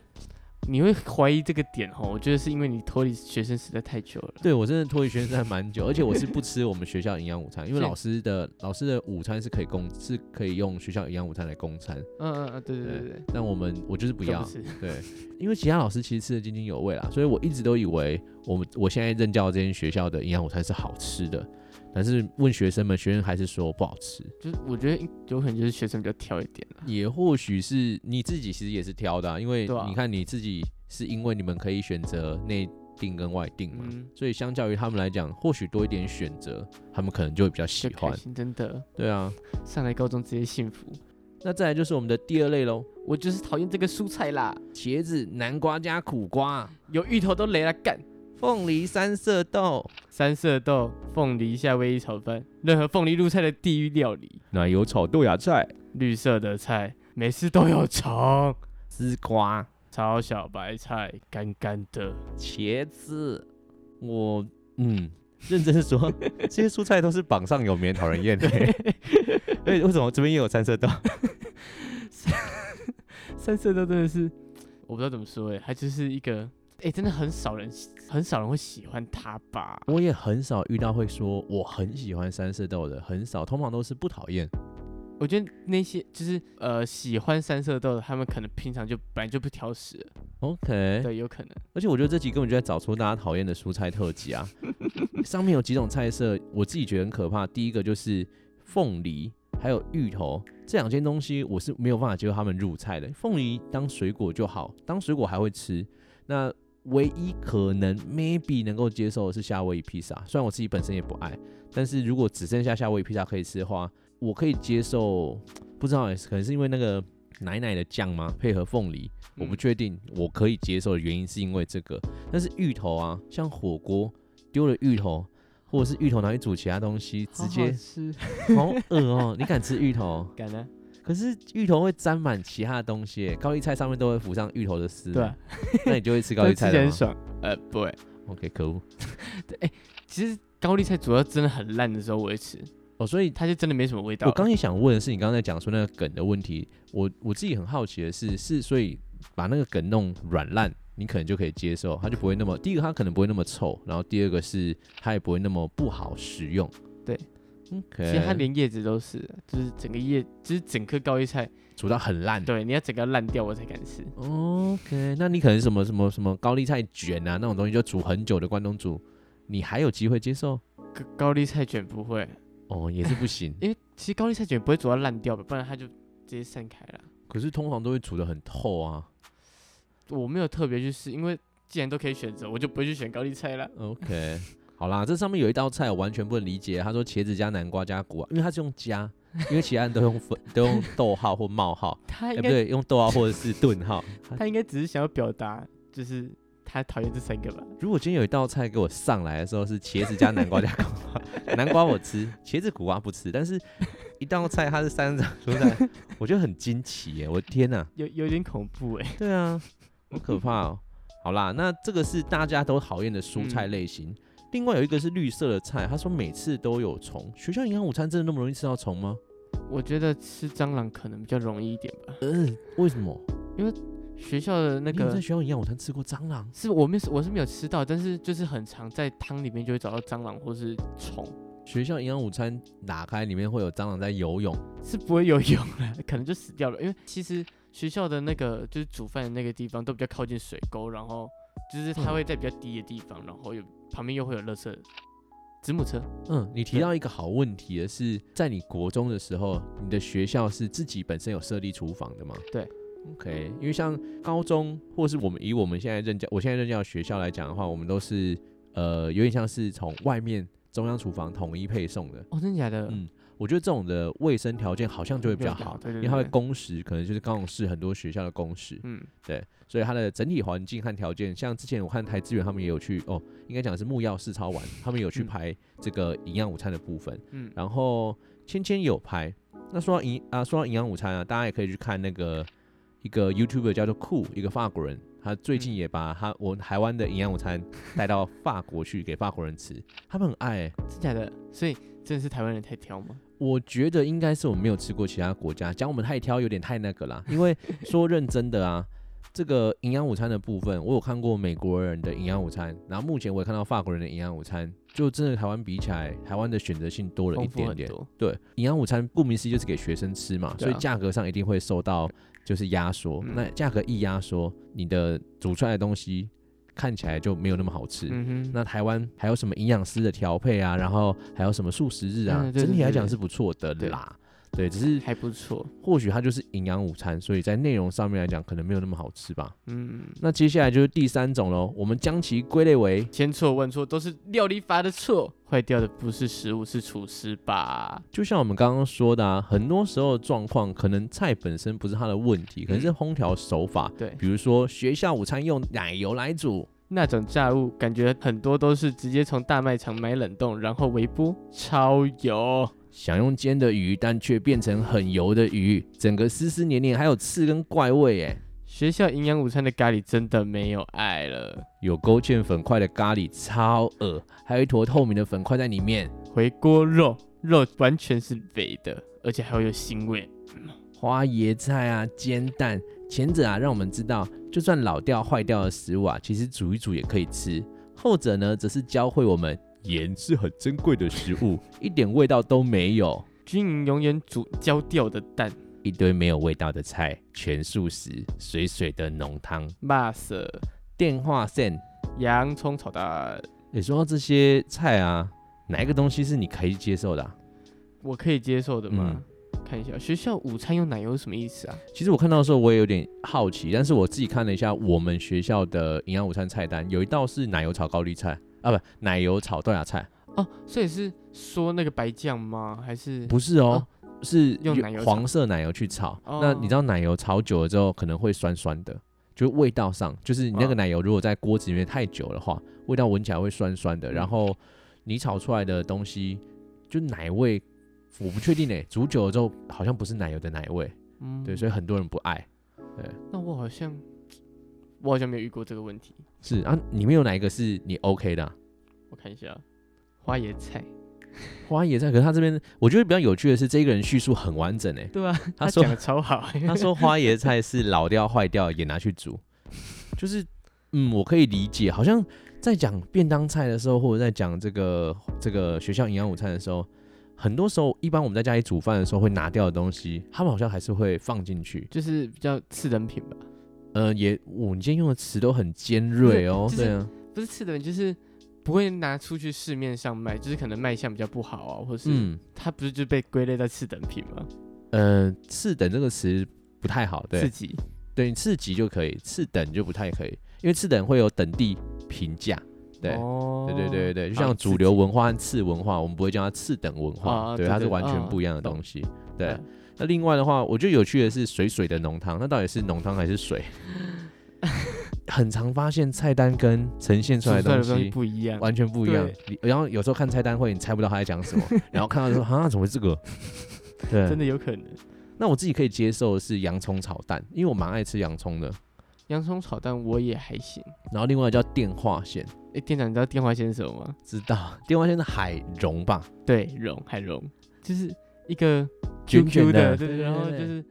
你会怀疑这个点哦，我觉得是因为你脱离学生时代太久了。
对我真的脱离学生还蛮久，而且我是不吃我们学校营养午餐，因为
是
老师的老师的午餐是可以供，是可以用学校营养午餐来供餐，
嗯嗯嗯，对对对对，
但我们我就是呃不
不
要
不，是
对，因为其他老师其实吃的津津有味啦，所以我一直都以为我们我现在任教的这间学校的营养午餐是好吃的，但是问学生们，学生还是说不好吃。
就是我觉得有可能就是学生比较挑一点了。
也或许是你自己其实也是挑的、啊，因为
啊对啊
你看你自己是因为你们可以选择内定跟外定嘛，
嗯
所以相较于他们来讲，或许多一点选择，他们可能就会比较
就
喜
开
欢。
心，真的
对啊，
上来高中直接幸福。
那再来就是我们的第二类喽，
我就是讨厌这个蔬菜啦，
茄子、南瓜加苦瓜、
有芋头都雷了干。
凤梨、三色豆、
三色豆、凤梨夏威夷炒饭，任何凤梨入菜的地狱料理，
奶油炒豆芽菜、
绿色的菜每次都有虫。
丝瓜。
炒小白菜，干干的。
茄子，我嗯，认真 [laughs] 说，这些蔬菜都是榜上有名，讨人 [laughs] 厌的。哎，为什么这边也有三色豆？
三色豆真的是，我不知道怎么说哎、它就是一个，哎、真的很少人，很少人会喜欢它吧？
我也很少遇到会说我很喜欢三色豆的，很少，通常都是不讨厌。
我觉得那些就是呃喜欢三色豆的，他们可能平常就本来就不挑食了，
OK，
对，有可能。
而且我觉得这集根本就在找出大家讨厌的蔬菜特辑啊。上面有几种菜色，我自己觉得很可怕。第一个就是凤梨，还有芋头这两件东西，我是没有办法接受它们入菜的。凤梨当水果就好，当水果还会吃。那唯一可能 maybe 能够接受的是夏威夷披萨，虽然我自己本身也不爱，但是如果只剩下夏威夷披萨可以吃的话，我可以接受。不知道欸，可能是因为那个奶奶的酱吗？配合凤梨，我不
嗯
确定我可以接受的原因是因为这个，但是芋头啊，像火锅丢了芋头，或者是芋头拿去煮其他东西，直接
吃，
好恶哦、你敢吃芋头？
敢啊呢、
可是芋头会沾满其他的东西耶，高丽菜上面都会浮上芋头的丝，
对、啊，
那你就
[laughs]
会吃高
但
丽
是吃
菜
起来
了
很
吗
爽。呃，不会，
？OK，可恶
其实高丽菜主要真的很烂的时候我会吃，
哦，所以。
它就真的没什么味道
我
了。
刚也想问的是，你刚才讲说那个梗的问题，我我自己很好奇的是，是所以把那个梗弄软烂，你可能就可以接受，它就不会那么第一个它可能不会那么臭，然后第二个是它也不会那么不好食用。
对
，OK，
其实它连叶子都是，就是整个叶，就是整颗高丽菜，
煮到很烂。
对，你要整个烂掉我才敢吃。
OK，那你可能什么什么什么高丽菜卷啊那种东西，就煮很久的关东煮，你还有机会接受？
高高丽菜卷不会，。
哦，也是不行
[laughs] 因为其实高丽菜卷不会煮到烂掉吧，不然它就直接散开了。
可是通常都会煮的很透啊。
我没有特别去试，因为既然都可以选择，我就不会去选高丽菜了。
OK，好 [laughs] 啦，这上面有一道菜我完全不能理解，他说茄子加南瓜加苦啊，因为他是用加，因为其他人都用分 [laughs] 都用逗号或冒号，
他
哎、
应
不
该、
对，用逗号或者是顿号。
他应该只是想要表达，就是他讨厌这三个吧。
如果今天有一道菜给我上来的时候是茄子加南瓜加苦瓜，南瓜我吃， [laughs] 茄子苦瓜不吃，但是一道菜它是三种蔬菜，我觉得很惊奇耶！我的天哪、
有有点恐怖 [laughs] 哎、
对啊，好可怕哦。好啦，那这个是大家都讨厌的蔬菜类型。另外有一个是绿色的菜，他说每次都有虫。学校营养午餐真的那么容易吃到虫吗？
我觉得吃蟑螂可能比较容易一点吧。
嗯，为什么？
学校的
那
那
个在
个
学校营养午餐吃过蟑螂？
是我没有我是没有吃到，但是就是很常在汤里面就会找到蟑螂或是虫，
学校营养午餐打开里面会有蟑螂在游泳。
是不会游泳了，可能就死掉了。因为其实学校的那个就是煮饭的那个地方都比较靠近水沟，然后就是它
嗯
会在比较低的地方，然后有旁边又会有垃圾。子母车，
嗯，你提
对
到一个好问题的是，在你国中的时候，你的学校是自己本身有设立厨房的吗？
对。
OK，因为像高中或是我们以我们现在任教，我现在任教的学校来讲的话，我们都是呃有点像是从外面中央厨房统一配送的。
哦，真的假的？
嗯我觉得这种的卫生条件好像就会比较
比较好
好，
对对
因为它的
对
工时可能就是高雄市很多学校的工时，
嗯，
所以它的整体环境和条件，像之前我看台资源他们也有去哦，应该讲是木曜试操完，他们有去
嗯
拍这个营养午餐的部分。
嗯，
然后芊芊有拍。那说到营啊，说到营养午餐啊，大家也可以去看那个一个 YouTuber 叫做酷，一个法国人，他最近
嗯
也把他我们台湾的营养午餐带到法国去给法国人吃，他们很爱欸、
真假的？所以真的是台湾人太挑吗？
我觉得应该是我们没有吃过其他国家，讲我们太挑有点太那个啦。因为说认真的啊，这个营养午餐的部分，我有看过美国人的营养午餐，然后目前我也看到法国人的营养午餐，就真的台湾比起来，台湾的选择性多了一
丰富
点
很
点。
多。
对，营养午餐顾名思义就是给学生吃嘛，
对
所
啊
以价格上一定会受到就是压缩。
嗯
那价格一压缩，你的煮出来的东西看起来就没有那么好吃。
嗯哼，
那台湾还有什么营养师的调配啊，然后还有什么素食日啊，
嗯对对
整体来讲
对对
是不错的啦。对，只是
还不错。
或许它就是营养午餐，所以在内容上面来讲可能没有那么好吃吧。
嗯，
那接下来就是第三种喽，我们将其归类为
千错万错都是料理法的错，坏掉的不是食物，是厨师吧？
就像我们刚刚说的啊，很多时候的状况可能菜本身不是它的问题，可能是
嗯
烹调手法，
对，
比如说学校午餐用奶油来煮，
那种炸物感觉很多都是直接从大卖场买冷冻，然后微波超油。
想用煎的鱼，但却变成很油的鱼，整个丝丝黏黏，还有刺跟怪味，哎，
学校营养午餐的咖喱真的没有爱了。
有勾芡粉块的咖喱超恶，还有一坨透明的粉块在里面。
回锅肉，肉完全是肥的，而且还会有腥味。
花椰菜啊，煎蛋，前者啊让我们知道，就算老掉坏掉的食物啊，其实煮一煮也可以吃；后者呢，则是教会我们盐是很珍贵的食 [laughs] 物，一点味道都没有。
军营永远煮焦掉的蛋，
一堆没有味道的菜，全素食，水水的浓汤，
辣死。
电话线。
洋葱炒蛋，
也说到这些菜啊，哪一个东西是你可以接受的啊、
我可以接受的
嗯
吗？看一下学校午餐用奶油是什么意思啊？
其实我看到的时候，我也有点好奇，但是我自己看了一下我们学校的营养午餐菜单，有一道是奶油炒高丽菜啊，不，奶油炒豆芽菜，
哦，所以是说那个白酱吗？还是
不是哦，是
用奶油炒
黄色奶油去炒。
哦
那你知道奶油炒久了之后可能会酸酸的，就味道上，就是你那个
嗯
奶油如果在锅子里面太久的话，味道闻起来会酸酸
嗯
的。然后你炒出来的东西，就奶味，我不确定
[laughs]
诶、煮久了之后好像不是奶油的奶味，
嗯
对，所以很多人不爱。
那我好像我好像没有遇过这个问题。
是啊，里面有哪一个是你 OK 的啊、
我看一下，花椰菜，
花椰菜，可是他这边我觉得比较有趣的是，这个人叙述很完整诶、欸
对啊，
[laughs] 他说 [laughs]
[laughs] 讲的超好，
他说花椰菜是老掉坏掉也拿去煮，就是嗯，我可以理解，好像在讲便当菜的时候，或者在讲这个这个学校营养午餐的时候，很多时候一般我们在家里煮饭的时候会拿掉的东西，他们好像还是会放进去。
就是比较次等品吧，
呃，也，我你今天用的词都很尖锐哦，
就是
对啊，
不是次等品，就是不会拿出去市面上卖，就是可能卖相比较不好啊，或是、
嗯，
它不是就被归类在次等品吗？
呃，次等这个词不太好，对
自，己
对，次级就可以，次等就不太可以，因为次等会有等地评价，对。
哦
对对对对，就
好
像
自
主
己
流文化和次文化，我们不会叫它次等文化，
啊
对，
对
它是
对
完全
啊
不一样的
懂
东西。对
嗯，
那另外的话，我觉得有趣的是水水的浓汤，那到底是浓汤还是水？ [laughs] 很常发现菜单跟呈现出来
煮出来
的
的
东
东西
西
不一样，
完全不一样。你然后有时候看菜单会，你猜不到他在讲什
[laughs]
么，然后看到说啊，怎么会这个？
真
对，
的有可能。
那我自己可以接受的是洋葱炒蛋，因为我蛮爱吃洋葱的。
洋葱炒蛋我也还行。
然后另外叫电话线，
哎、店长，你知道电话线是什么吗？
知道电话线是海蓉吧？
对，蓉海蓉，就是一个
卷
QQ
卷的
的，对
对
对，
对
然后
对
就是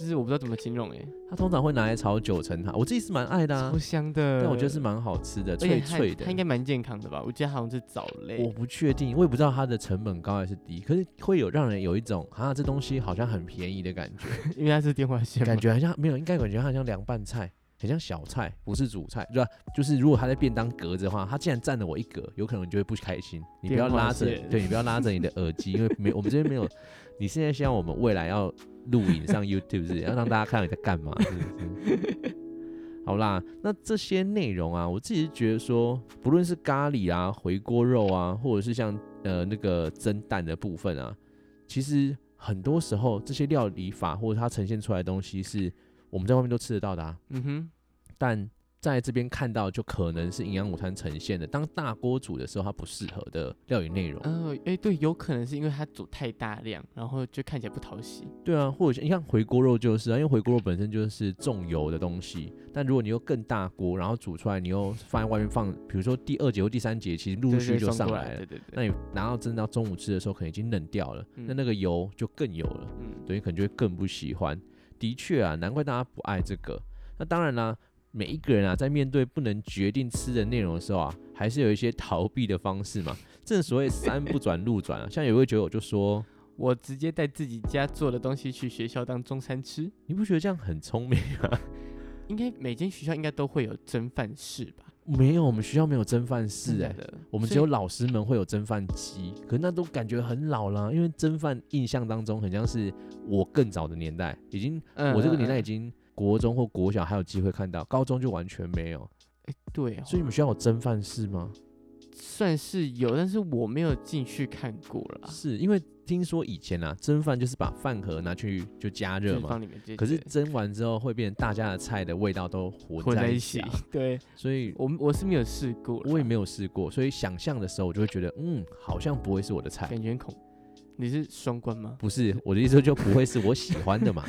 就是我不知道怎么形容哎、
它通常会拿来炒九层塔，我自己是蛮爱的、啊
超，香的。
但我觉得是蛮好吃的，
而且
脆
它
脆的
它。应该蛮健康的吧？我记得好像是藻类
我。不确定，我也不知道它的成本高还是低，可是会有让人有一种啊，这东西好像很便宜的感觉，
[laughs] 因为它是电话线嘛，
感觉好像没有，应该感觉它很像凉拌菜，很像小菜，不是主菜，对吧？就是如果它在便当格子的话，它竟然占了我一格，有可能你就会不开心。你不要
电话
拉着
线，
对你不要拉着你的耳机，因为没我们这边没有。你现在希望我们未来要录影上 YouTube 是不是要让大家看到你在干
[laughs]
嘛，是不是？好啦，那这些内容啊，我自己是觉得说，不论是咖喱啊、回锅肉啊，或者是像呃那个蒸蛋的部分啊，其实很多时候这些料理法或者它呈现出来的东西是我们在外面都吃得到的啊，
嗯哼，
但在这边看到就可能是营养午餐呈现的，当大锅煮的时候它不适合的料理内容。
嗯、哎、对，有可能是因为它煮太大量，然后就看起来不讨喜。
对啊，或者是你像回锅肉就是啊，因为回锅肉本身就是重油的东西，但如果你又更大锅，然后煮出来，你又放在外面放，比如说第二节或第三节，其实陆
对
续
对
就
送
上
过
来了。
对对对，
那你拿到真到中午吃的时候，可能已经冷掉了，那
嗯
那个油就更油了，
嗯，
对，你可能就会更不喜欢。的确啊，难怪大家不爱这个。那当然啦，每一个人啊，在面对不能决定吃的内容的时候啊，还是有一些逃避的方式嘛。正所谓山不转路转啊，像有位酒友就说，
我直接带自己家做的东西去学校当中餐吃。
你不觉得这样很聪明吗？
应该每间学校应该都会有蒸饭室吧？
没有，我们学校没有蒸饭室
真
哎、
假的，
我们只
所以
有老师们会有蒸饭机，可那都感觉很老了，因为蒸饭印象当中很像是我更早的年代，已经、
嗯
我这个
嗯
年代
嗯
已经国中或国小还有机会看到，高中就完全没有。
对哦，
所以你们学校有蒸饭室吗？
算是有，但是我没有进去看过了，
是因为听说以前啊，蒸饭就是把饭盒拿去就加
就
热
是
嘛
放，里面直接
可是
直接
蒸完之后会变成大家的菜的味道都混
混
在
在
一
一
起、
起
啊，。
对
所以
我我是没有试过啦，
我也没有试过，所以想象的时候我就会觉得，嗯，好像不会是我的菜。
感觉很恐。你是双关吗？
不是我的意思，就不会是我喜欢的
[laughs]
嘛。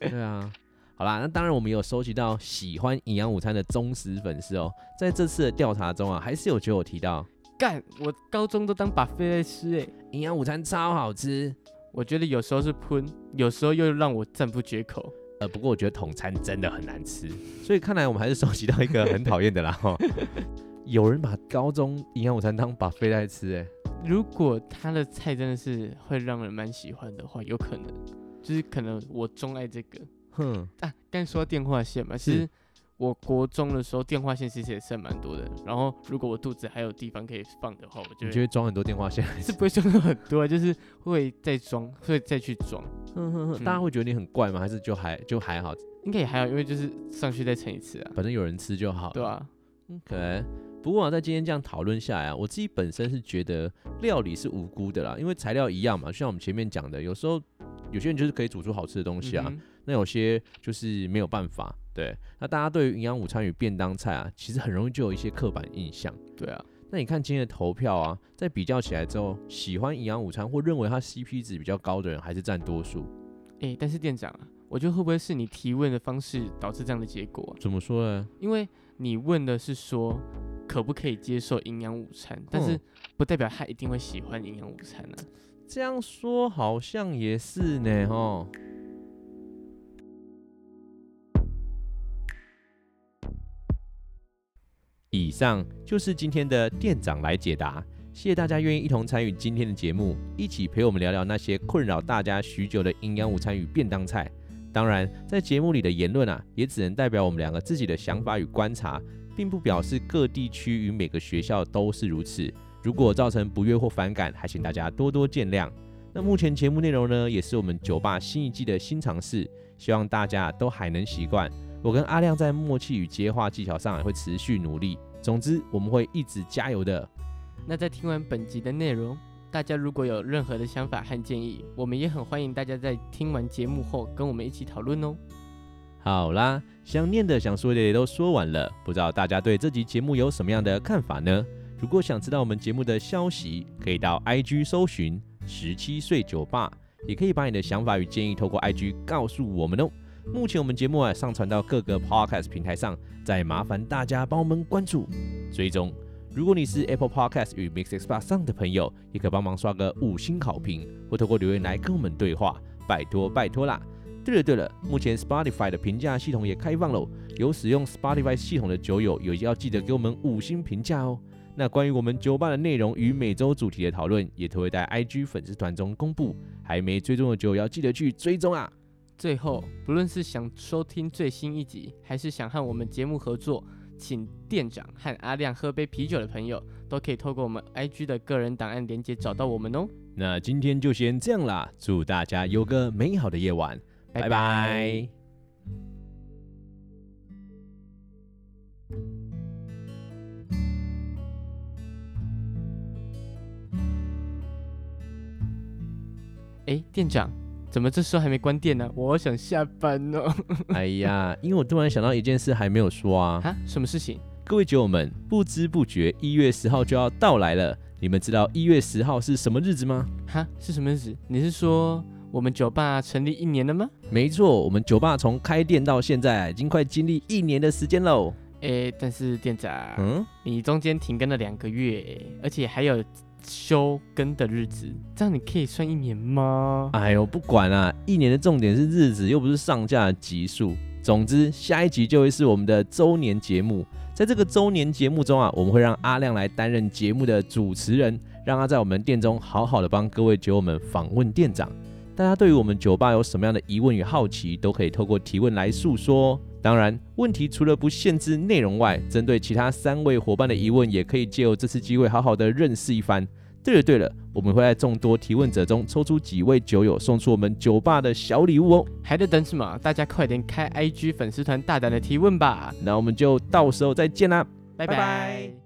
对啊，好啦，那当然我们有收集到喜欢营养午餐的忠实粉丝哦，在这次的调查中啊，还是有觉得我提到
干，我高中都当把飞在吃哎、
营养午餐超好吃，
我觉得有时候是喷，有时候又让我赞不绝口。
呃，不过我觉得统餐真的很难吃，所以看来我们还是收集到一个很讨厌的啦哈。 [laughs] 有人把高中营养午餐当把飞来吃、欸，哎，
如果他的菜真的是会让人蛮喜欢的话，有可能就是可能我钟爱这个，
哼，
啊，刚才说到电话线嘛，
是
其实我国中的时候电话线其实也剩蛮多的。然后如果我肚子还有地方可以放的话，我就
你
会
就会装很多电话线来
是
吃，
[laughs] 不会装到很多，啊就是会再装，会再去装。
哼哼哼，大家会觉得你很怪吗？还是就还就还好，
应该也还好，因为就是上去再盛一次啊，
反正有人吃就好了。
对啊，
OK，不过啊，在今天这样讨论下来啊，我自己本身是觉得料理是无辜的啦，因为材料一样嘛，就像我们前面讲的，有时候有些人就是可以煮出好吃的东西啊，
嗯哼
那有些就是没有办法。对，那大家对于营养午餐与便当菜啊，其实很容易就有一些刻板印象。
对啊，
那你看今天的投票啊，在比较起来之后，喜欢营养午餐或认为它 CP 值比较高的人还是占多数。
诶，但是店长啊，我觉得会不会是你提问的方式导致这样的结果啊、
怎么说呢？
因为你问的是说可不可以接受营养午餐，但是
嗯
不代表他一定会喜欢营养午餐啊。
这样说好像也是呢，吼。以上就是今天的店长来解答，谢谢大家愿意一同参与今天的节目，一起陪我们聊聊那些困扰大家许久的营养午餐与便当菜。当然，在节目里的言论啊，也只能代表我们两个自己的想法与观察，并不表示各地区与每个学校都是如此。如果造成不悦或反感，还请大家多多见谅。那目前节目内容呢，也是我们酒吧新一季的新尝试，希望大家都还能习惯。我跟阿亮在默契与接话技巧上也会持续努力。总之，我们会一直加油的。
那在听完本集的内容，大家如果有任何的想法和建议，我们也很欢迎大家在听完节目后跟我们一起讨论哦。
好啦，想念的、想说的也都说完了，不知道大家对这集节目有什么样的看法呢？如果想知道我们节目的消息，可以到 IG 搜寻“十七岁酒吧”，也可以把你的想法与建议透过 IG 告诉我们哦。目前我们节目啊上传到各个 Podcast 平台上，再麻烦大家帮我们关注、追踪。如果你是 Apple Podcast 与 Mix X p a 上的朋友，也可帮忙刷个五星好评，或透过留言来跟我们对话，拜托拜托啦！对了对了，目前 Spotify 的评价系统也开放喽，有使用 Spotify 系统的酒友也要记得给我们五星评价哦。那关于我们酒吧的内容与每周主题的讨论，也都会在 IG 粉丝团中公布，还没追踪的酒友要记得去追踪啊！
最后，不论是想收听最新一集，还是想和我们节目合作，哦请店长和阿亮喝杯啤酒的朋友，都可以透过我们 IG 的个人档案连接找到我们哦。
那今天就先这样啦，祝大家有个美好的夜晚，拜拜
哎，店长，怎么这时候还没关店呢？我好想下班
[laughs]
哦。
哎呀，因为我突然想到一件事还没有说啊，
啊，什么事情？
各位酒友们，不知不觉一月十号就要到来了。你们知道一月十号是什么日子吗？
哈，是什么意思？你是说我们酒吧成立一年了吗？
没错，我们酒吧从开店到现在已经快经历一年的时间喽。
哎，但是店长，
嗯，
你中间停更了两个月，而且还有休更的日子，这样你可以算一年吗？
哎呦，不管啦、一年的重点是日子，又不是上架的集数。总之，下一集就会是我们的周年节目。在这个周年节目中啊，我们会让阿亮来担任节目的主持人，让他在我们店中好好的帮各位酒友们访问店长。大家对于我们酒吧有什么样的疑问与好奇，都可以透过提问来诉说哦。当然，问题除了不限制内容外，针对其他三位伙伴的疑问，也可以借由这次机会好好的认识一番。对了对了，我们会在众多提问者中抽出几位酒友，送出我们酒吧的小礼物哦。
还在等什么？大家快点开 IG 粉丝团，大胆的提问吧！
那我们就到时候再见啦，
拜
拜拜
拜